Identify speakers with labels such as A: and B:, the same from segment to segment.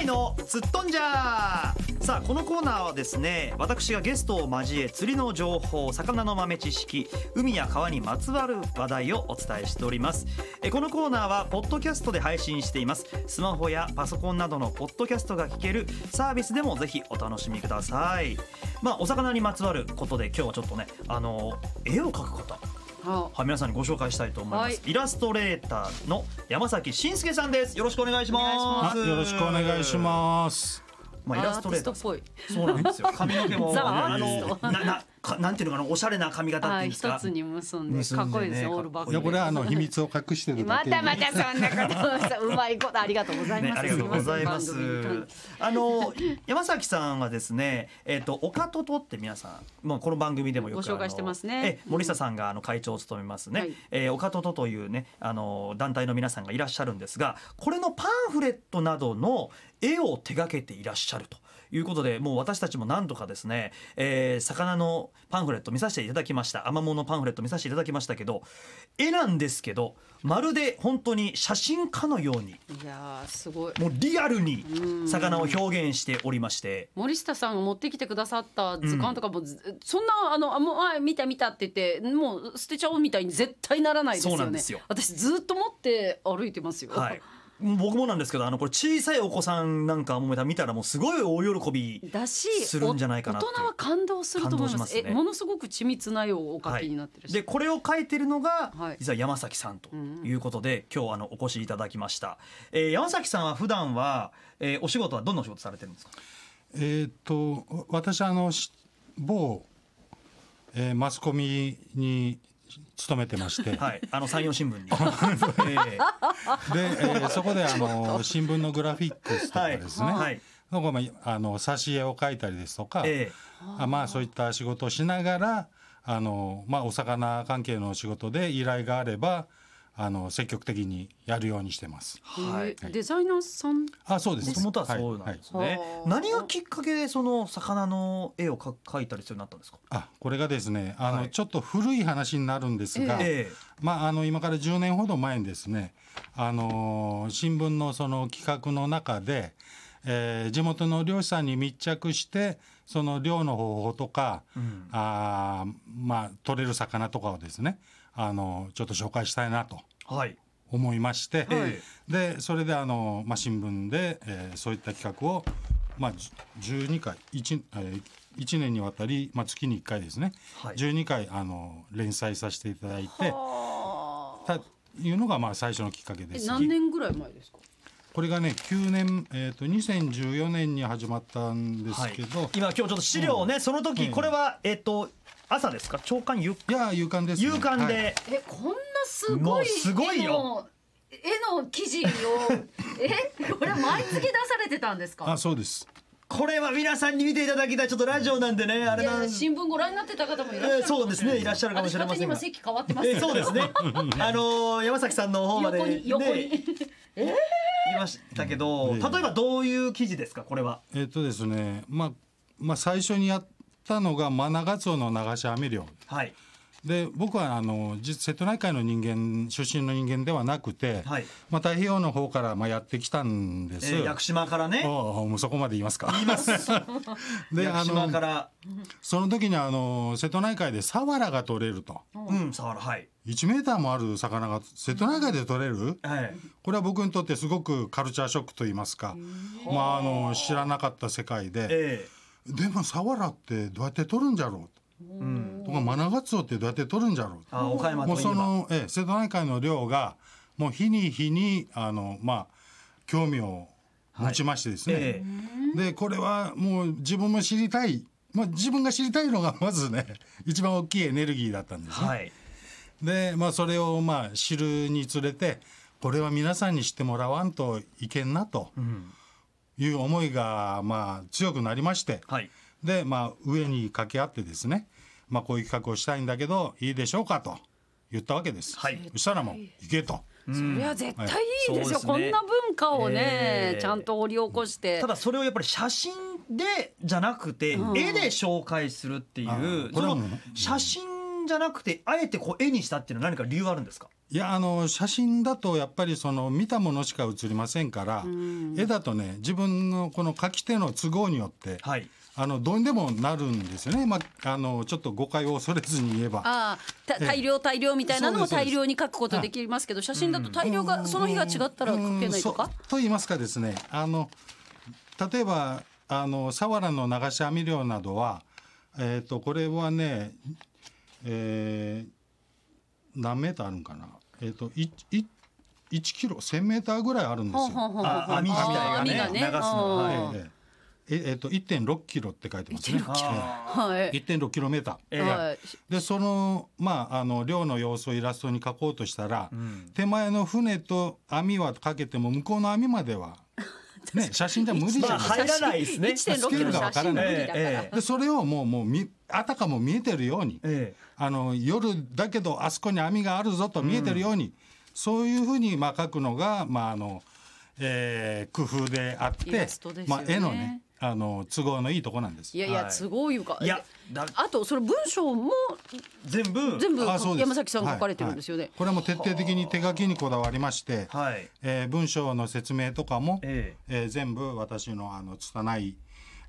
A: イのすっとんじゃーさあこのコーナーはですね私がゲストを交え釣りの情報魚の豆知識海や川にまつわる話題をお伝えしておりますえこのコーナーはポッドキャストで配信していますスマホやパソコンなどのポッドキャストが聞けるサービスでもぜひお楽しみくださいまあお魚にまつわることで今日はちょっとねあの絵を描く方
B: あ
A: はい、皆さんにご紹介したいと思います。
B: はい
A: イラストレーターの山崎信介さんです。よろしくお願いしま
B: あ
A: す。
C: よろしくお願いします。
A: す。まあ、イラストレータ
B: アーティスト
A: ー。そ
B: っぽい
A: うなんですよ。髪の毛も、
B: ザ
A: あ
B: アー
A: の、な、な、かなんていうのかな、おしゃれな髪型ってい
B: は
A: うん
B: い
A: ですか。
B: 一つに結んで
A: 結んで
B: か
A: ね
B: っこいいです
A: か
B: ね
A: っこいい
B: オールバック
C: い
B: で
C: やこれはあの秘密を隠してるだ
B: ま
C: けで。
B: たまたそんなことをさうまいことありがとうござい
A: ね
B: ます、
A: ありがとうございます
B: すません番組に。
A: あの山崎さんはですね、えっ、とおかととって皆さん、まあこの番組でもよく
B: ご紹介してますね
A: あのえ森下さんがあの会長を務めますね。
B: はい
A: えーおかととというね、あの団体の皆さんがいらっしゃるんですが、これのパンフレットなどの絵を手掛けていらっしゃると。いうことでもう私たちも何度かですね、えー魚のパンフレット見させていただきましたアマモのパンフレット見させていただきましたけど絵なんですけどまるで本当に写真家のように
B: いやーすごい
A: もうリアルに魚を表現しておりまして。
B: 森下さんが持ってきてくださった図鑑とかも、ずそんなあのあもうあ見た見たって言ってもう捨てちゃおうみたいに絶対ならないですよね
A: そうなんですよ
B: 私ずっと持って歩いてますよ、
A: はい僕もなんですけどあのこれ小さいお子さんなんかも見たらもうすごい大喜び
B: だし
A: するんじゃないかなっていう
B: お大人は感動すると思います
A: 感動しますね
B: えものすごく緻密な絵をお描きになってるし、
A: でこれを書いてるのが、
B: はい
A: 実は山崎さんということで、今日あのお越しいただきました、えー山崎さんは普段は、えーお仕事はどんなお仕事されてるんですか
C: えーっと私あのし某、えーマスコミに勤めてまして、
A: はい あの山陽新聞に、えー
C: で、え ーそこであの新聞のグラフィックスとかですね。
A: はい
C: そこもあの挿絵を描いたりですとか、
A: え
C: あまあそういった仕事をしながらあの、まあ、お魚関係の仕事で依頼があればあの積極的にやるようにしてます。
A: ーはい
B: えーデザイナーさん
C: あそうです
A: もともとはそう
C: はい
A: な
C: は
A: ん
C: い
A: ですね、
B: はあ
A: 何がきっかけでその魚の絵をか描いたりするようになったんですか、
C: あこれがですねあの、
A: はい
C: ちょっと古い話になるんですが、
A: え
C: まあ、あの今から10年ほど前にですね、あのー新聞のその企画の中で、えー地元の漁師さんに密着してその漁の方法とか、
A: ん
C: あーまあ、取れる魚とかをですね、あのちょっと紹介したいなと
A: ーはい
C: 思いまして、
A: え
C: でそれで、あのまあ、新聞で、えーそういった企画を、まあ、じゅ12回 1,、えー一年にわたり、まあ、月に1回ですね、
A: はい
C: 12回あの連載させていただいて
B: あー
C: たいうのが、まあ、最初のきっか けで
B: え
C: す。
B: 何年ぐらい前ですか
C: これがね9年、えー、と2014年に始まったんですけど、
A: はい、今今日ちょっと資料をね、その時
C: ええ
A: これはえっ、と朝ですか朝刊夕
C: い、や勇敢です、ね、
A: 夕刊
C: はい
A: で、
B: えこんなす
A: も
B: ご
A: う
B: い
A: すごい
B: 絵の
A: よ
B: 絵の記事を えこれ毎月出されてたんです
C: あ
B: か
C: そうです
A: これは皆さんに見ていただきたいちょっとラジオなんでねあ
B: い
A: れなん
B: や新聞ご覧になってた方もいらっしゃ
A: え
B: る
A: ーそうですねいらっしゃるかも
B: 私
A: しれま
B: 勝手
A: せ
B: に
A: んが
B: 今席変わってます
A: えーそうですねあのー山崎さんの方まで
B: 横に横に、
A: ね言いましたけど、
C: うん
A: 例えばどういう記事ですかこれは
C: えっ、とですね、まあ、まあ最初にやったのがマナガツオの流し網漁
A: はい
C: で僕はあの実瀬戸内海の人間出身の人間ではなくて、
A: はい
C: まあ、太平洋の方からまあやってきたんで
A: え
C: す、
A: ー屋久島からね
C: おうおうもうそこまで言いますか
A: 言います
C: で
A: 屋久
C: あ
A: 島か
C: の
A: ら
C: その時にあの瀬戸内海でサワラが取れると
A: うんサワラはい
C: 1メーターもある魚が瀬戸内海で取れる、
A: はい
C: これは僕にとってすごくカルチャーショックといいますか、まあ、あの知らなかった世界で、
A: え
C: でもサワラってどうやって取るんじゃろ
A: ーうん
C: うとかマナガツオってどうやって取るんじゃろう
A: あ岡山と
C: もう
A: いえ
C: そ
A: ば
C: の、ええ、瀬戸内海の漁がもう日に日にあのまあ興味を持ちましてですね、
A: え
C: でこれはもう自分も知りたい、まあ、自分が知りたいのがま ずね一番大きいエネルギーだったんで
A: ー
C: すね。
A: はい
C: で、まあ、それをまあ知るにつれてこれは皆さんに知ってもらわんといけんなと
A: うん
C: いう思いがまあ強くなりまして、
A: はい
C: で、まあ、上に掛け合ってですね、まあ、こういう企画をしたいんだけどいいでしょうかと言ったわけです、
A: はい
C: そしたらもう「行け」と。
B: それは絶対いいですよ、
A: そう
B: こ
A: ですね
B: んな文化をね、
A: えー
B: ちゃんと掘り起こして
A: ただそれをやっぱり写真でじゃなくて絵で紹介するってい
C: あ
A: う、
C: ー
A: そ
C: これは
A: の
C: もう
A: 写真じゃなくてあえてこう絵にしたっていうのは何か理由あるんですか、
C: いやあの写真だとやっぱりその見たものしか写りませんから、絵だとね自分のこの書き手の都合によって、
A: はい
C: あのどうにでもなるんですよね、まあ、あのちょっと誤解を恐れずに言えば。
B: ああた
C: ええ
B: 大量大量みたいなの
C: そ
B: も
C: うです
B: 大量に書くことできますけど写真だと大量がその日が違ったら書けないと
C: うん
B: か
C: そと言いますかですねあの例えばあのサワラの流し網漁などは、えー、とこれはね、えー何メーターあるんかな、えー、といい1キロ1,000メーターぐらいあるんですよ。
B: ほうほうほうほう
A: あ網自体
B: あ
A: が
B: 網
A: ね
B: がね
A: 流すのは
B: あ
A: う
B: ー
C: ええええっと1.6キロって書いてますね。
A: あ
B: はい
C: 1.6キロメーター。
A: ええ
B: はい
C: でそのまああの漁の様子をイラストに描こうとしたら、
A: ん
C: 手前の船と網はかけても向こうの網まで は、ね、写真じゃ無理じゃ
A: ま
C: な
A: あ
C: い、
A: 入らないですね
B: 1.6
C: スケ
B: キ
C: ー
B: ロ
C: ルが
B: 写
C: わか
B: 真
C: ら
B: 無
C: ない
B: 理だから、
A: え
C: でそれをもうもうみあたかも見えてるように
A: え
C: あの夜だけどあそこに網があるぞと見えてるように、そういうふうにまあ描くのが、まああのえー工夫であって、
B: イラストですよ
C: まあ
B: ね、
C: 絵のねあの都合のいいとこなんです
B: い。やいや
A: はい
B: すごいよか、
A: えいやだ
B: あとそれ文章も
A: 全部
B: 全部
C: あそうです
B: 山崎さんが書かれてるんですよ
C: は
B: ね
C: いはい、これはもう徹底的に手書きにこだわりまして、
A: はい
C: えー文章の説明とかも、え
A: ええ
C: ー全部私のあの拙い、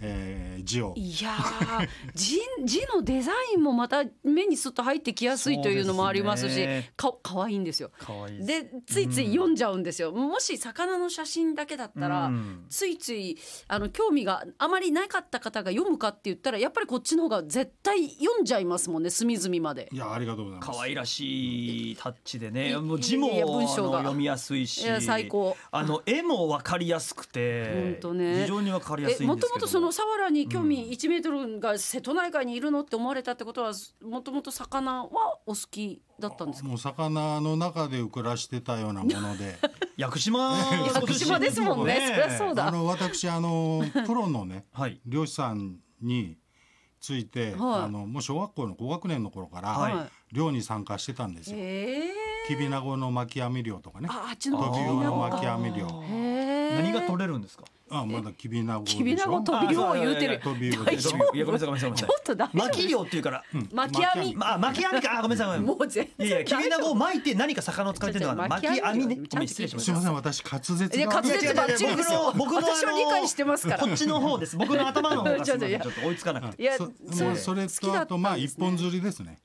C: えー字を
B: いやー 字字のデザインもまた目にすっと入ってきやすいというのもあります
A: そう
B: し
A: ですね
B: か可愛いんですよ。
A: 可愛い
B: でついつい読んじゃうんですよ、もし魚の写真だけだったら、
A: うん
B: ついついあの興味があまりなかった方が読むかって言ったらやっぱりこっちの方が絶対読んじゃいますもんね隅々まで
C: い。やありがとうございます
A: 可愛らしいタッチでね
B: い
A: もう字も
B: いや文章が
A: あの読みやすいし
B: いや最高
A: あの絵も分かりやすく
B: ほ
A: て
B: んとね
A: 非常に分かりやすいんですけ
B: え
A: ど
B: もともとそのサワラに興味1メートルが瀬戸内海にいるのって思われたってことはもともと魚はお好きだったんですか
C: もう魚の中で暮らしてたようなも ので
A: 屋久島
B: 屋久島ですもんねそりゃそうだ
C: あの私あ のプロのね
A: はい
C: 漁師さんについ
B: は
C: て、
B: い
C: あのもう小学校の高学年の頃から、
A: はい
C: 漁に参加してたんですよ。
B: へえ
C: きびなごの巻き網漁とかね
B: ああっち
C: ト
B: の
C: ビ
B: 方
C: ウオの
B: が
C: 巻き網漁
B: へえ
A: 何が取れるんですか
C: あまだきびなごでしょ
B: きびなごと
A: あ
B: びを言うて
A: いやいやいや
B: る
C: トビウオ
A: い
C: で
A: や
C: しょ
A: ごめんなさいごめんなさいごめんなさい
B: ちょっと大丈夫
A: 巻き漁っていうから
B: 巻き網
A: まあ巻き網かあごめんなさいごめんな
B: も
A: さ
B: う全
A: いいやい
B: 然
A: やきびなごを巻いて何か魚を使ってるのかな
B: ち
A: 巻
B: ょっ
A: き
B: と待って
A: 網ね
B: 巻き網
A: ごめん失礼しまし
C: す
A: た
C: みません私滑舌
B: いや
C: が
B: 滑舌バッチリですよ
A: 僕の僕の
B: 私は理解してますから
A: こっちの方です僕の頭の方 がすいませんちょっと追いつかなくて
B: いや
C: そ
B: そ
C: もうそれ
B: 好き
C: と
B: だ
C: あ
B: ったんです
C: と
B: ね
C: まあ一本釣りですね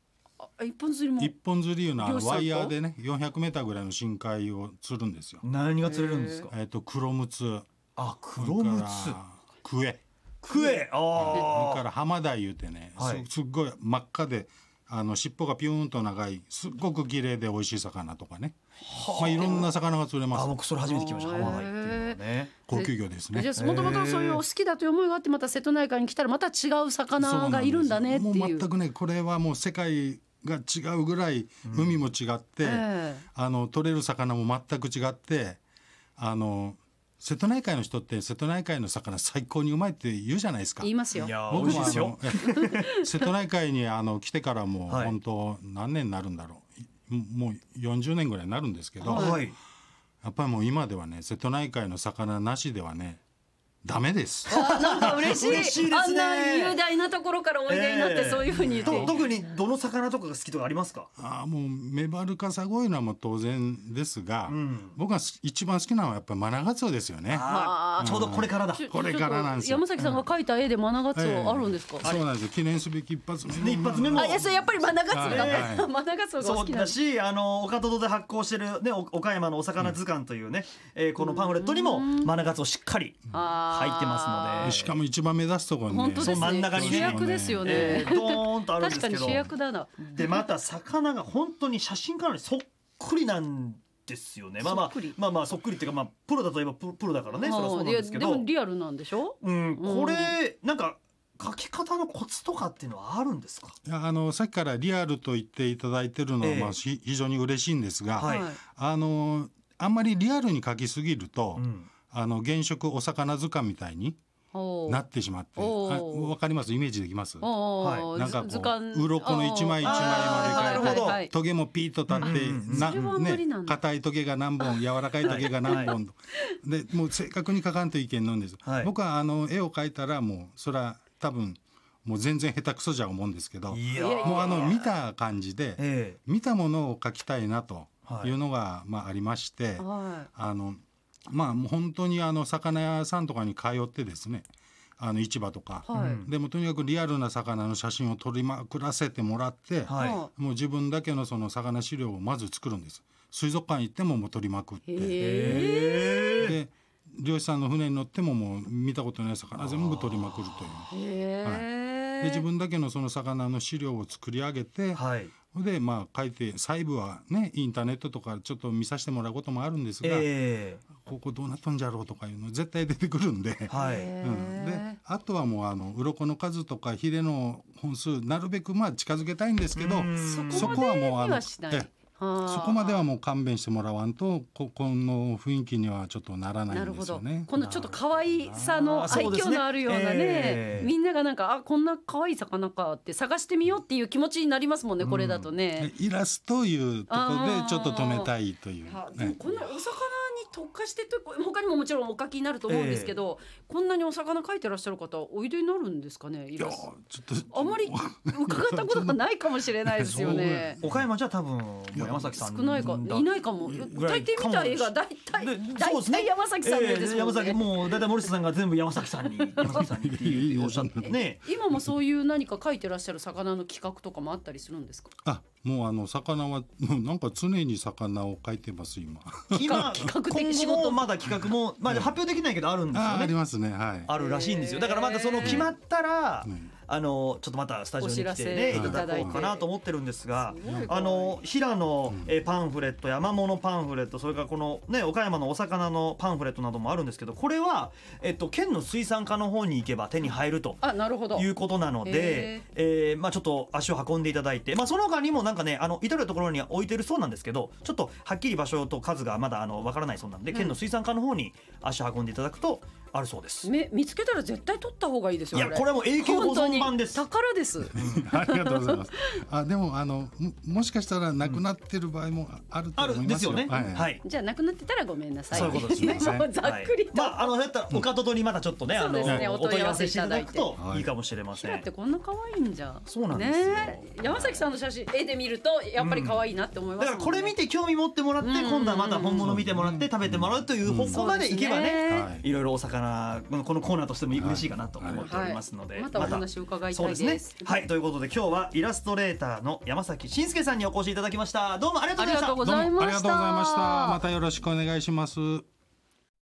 B: あ一本釣りも
C: 一本釣りいうのはあ
B: 漁師
C: の
B: さんと
C: ワイヤーでね400メーターぐらいの深海を釣るんですよ
A: 何が釣れるんですか
C: えっと黒ムツ
A: あ黒ムツ
C: それからクエ
A: クエあ
C: それ
A: あ
C: からハマダイ言うてね
A: はい
C: すすっごい真っ赤であの尻尾がピューンと長いすっごく綺麗で美味しい魚とかねまあいろんな魚が釣れま
A: あ
C: す
A: 僕それ初めて聞きました
B: へ
A: ハ
B: ー
A: マダイっていうのはね
C: 高級魚ですね
B: じゃあもともとそういうお好きだという思いがあってまた瀬戸内海に来たらまた違う魚がいるんだねって
C: そうなん
B: い
C: です
B: う
C: もう全くねこれはもう世界が違うぐらい海も違って、
B: ええ
C: あの取れる魚も全く違ってあの瀬戸内海の人って瀬戸内海の魚最高にうまいって言うじゃないですか
B: 言い。ますよ
A: いやー美
C: 僕
A: 味しい
C: も
A: ですよ
C: あのえ 瀬戸内海にあの来てからもう
A: はい
C: 本当何年になるんだろう、いもう40年ぐらいになるんですけど、
A: はい
C: やっぱりもう今ではね瀬戸内海の魚なしではねダメです。
B: あなんか嬉しい
A: 嬉しいで
B: あ
A: す
B: ん
A: ね
B: な雄大なところからおいでになって、
A: ええ
B: そういうふうに言って
A: と特にどの魚とかが好きとかありますか
C: ああもうメバルカサゴイのはもう当然ですが、
A: ん
C: 僕がす一番好きなのはやっぱりマナガツオですよね。
A: あーちょうどこれからだ
B: ちょ
C: これからなんですよ
B: ちょっと山崎さんが描いた絵でマナガツオあるんですか、
C: そうなんですよ記念すべき一発目
A: で一発目も
B: あいやそれやっぱりマナガツオだ、
C: は いはい
B: マナガツオが
A: そ
B: お好
A: う
B: きなん
A: だ
B: です
A: し、あの岡戸で発行してるね、お岡山のお魚図鑑というね、えーこのパンフレットにもマナガツオしっかり入ってますので、
C: しかも一番目指すところにね
B: 本当ですね
A: そう真ん中にね
B: 主役ですよね、
A: えードーンとあるんです
B: 確か
A: け
B: に
A: ど
B: 主、役だな
A: でまた魚が本当に写真からにそっくりなんですよね。まあま
B: そっ
A: あ
B: くり
A: まあまあそっくりっていうかまあプロだといえばプロプロだからね、それはそうなんですけ
B: いやで
A: ど
B: も、リアルなんでしょ
A: うん
B: うん
A: これなんか書き方のコツとかっていうのはあるんですか。
C: いやあのさっきからリアルと言っていただいてるの
A: え
C: は、
A: え
C: まあ、し非常に嬉しいんですが、
A: はい
C: あのあんまりリアルに描きすぎると、
A: うん
C: あの原色お魚図鑑みたいに
B: おう
C: なってしまってあ
B: おー
C: わかりますイメージできます
B: おうおう、
A: はい
C: なんかこう
B: 図鑑
C: 鱗の一枚
A: まで描い
C: 一枚
A: て
B: あーはいはいはい
C: トゲもピーッと
A: うん
C: 立
A: うんう
C: っ
A: ん
C: てな
B: それは無理なんだ
C: 硬いトゲが何本柔らかいトゲが何本とでもう正確に描かんといけんのんです、
A: はい
C: 僕はあの絵を描いたらもうそれは多分もう全然下手くそじゃ思うんですけど
A: いや
B: いやい
A: ー
B: や
C: もうあの見た感じで
A: ええ
C: 見たものを描きたいなと
A: はい
C: いうのが、まあ、ありまして
B: は
C: あの、まあ、もう本当にあの魚屋さんとかに通ってですねあの市場とか、
B: い。はい。
A: うん
C: でもとにかくリアルな魚の写真を撮りまくらせてもらって、
A: はい
B: は
C: もう自分だけのその魚資料をまず作るんです水族館行ってももう撮りまくっ
B: い
C: て
B: へえ。
A: え
C: で漁師さんの船に乗ってももう見たことない魚全部撮りまくるという
B: へ
C: で
B: え。
C: 自分だけのその魚の資料を作り上げて
A: はい
C: でまあ書いて細部はねインターネットとかちょっと見させてもらうこともあるんですが、
A: え
C: ここどうなっとんじゃろうとかいうの絶対出てくる んで。
A: えは
B: へ
A: い
B: え
C: うん、であとはもうあの鱗の数とかヒレの本数なるべくまあ近づけたいんですけ
A: う
C: ど
A: ん
B: そこまでにはしない。
C: そこはもうあのえ
B: はあ
C: そこまではもう勘弁してもらわんとここの雰囲気にはちょっとならない
B: なんる
C: で
B: ほ
C: すよ
B: ど
C: ね。
B: 今度ちょっと可愛さの
A: あーそ
B: 愛
A: うです
B: 嬌
A: ね
B: のあるようなね
A: ええ
B: みんながなんかあこんな可愛い魚かって探してみようっていう気持ちになりますもんねこれだとね。
C: イラストいうところでちょっと止めたいという、
B: はでも
C: ね、
B: こんなお魚に特化してと他にももちろんお書きになると思うんですけど、こんなにお魚描いてらっしゃる方おいでになるんですかねイ
C: いや
B: ラ
C: ー
B: スト
C: ちょっと
B: あまり伺ったことがないかもしれないですよね。
A: 岡山じゃ多分もう
C: いや
A: 山崎さ
B: 少
A: ん
B: ないか
A: だ
B: いないかも。
A: ぐら
B: 大
A: い
B: 抵見た映画大体
A: でそう
B: 大
A: ですね
B: 体山崎さんの絵です
A: ええ
B: も
A: 山
B: んね
A: 崎。もうだいたい森下さんが全部山崎さんに山崎さんにっていうおっしゃってね
B: 今もそういう何か書いてらっしゃる魚の企画とかもあったりするんですか。
C: あもうあの魚はもうなんか常に魚を描いてます今
A: 今
B: 企画的仕
A: 今
B: 事
A: 後もまだ企画もまあ発表できないけどあるんです
C: あ
A: よ
C: ーあり
A: ね
C: ますねはい
A: あるらしいんですよだからまたその決まったらあのちょっとまたスタジオに来てね
B: お知らせ
A: いただ
B: いただい
A: こ
B: て
A: うかなと思ってるんですが
B: すごい可愛い
A: あの平野えパンフレット山物パンフレットそれからこのね岡山のお魚のパンフレットなどもあるんですけどこれはえっと県の水産課の方に行けば手に入ると
B: あ、なるほど。
A: いうことなので、えーまあ、ちょっと足を運んでいただいて、まあ、その他にもなんかねあの至る所には置いてるそうなんですけどちょっとはっきり場所と数がまだあのわからないそうなんで、県の水産課の方に足を運んでいただくとあるそうです。
B: め見つけたら絶対取った方がいいですよ。
A: いやこれはもう永久保存版です
B: 本当に宝です。
C: ありがとうございますあでもあのももしかしたらなくなってる場合もあると
A: あ
C: 思
A: る
C: い
A: んで
C: ますすよ
A: よね。はい、
B: じゃあなくなってたらごめんなさい。
A: そういうことで すね
B: もうざっくりと。
A: まああのだったらお方とにまだちょっとね、
B: そう
A: あの
B: ですね
A: お
B: お問
A: 問い合
B: い合
A: わ
B: わ
A: せ
B: せ
A: し
B: してて
A: い
B: い
A: ただく
B: ただいて
A: といいかもしれませ
B: シ
A: ん。
B: ラってこんな可愛いんじゃん。
A: そうなんですよ
B: ねえ山崎さんの写真絵で見るとやっぱり可愛いなって思いま
A: だ
B: す
A: か
B: もん
A: ら
B: ね。
A: これ見て興味持ってもらって、
B: うん
A: 今度はまた本物見てもらって食べてもらうという方向までいけばね、
B: そうです
C: はい
A: いろいろお魚このこのコーナーとしても嬉しいかなと思っておりますので、
B: はいまたお話を伺いたいです
A: そうですねはいということで今日はイラストレーターの山崎信介さんにお越しいただきましたどうもありがとう
B: あ
A: ござ
B: り
A: いました
B: がとうございま
C: どうもありが
B: し
C: とうございました
B: た
C: ま。たよろしくお願いします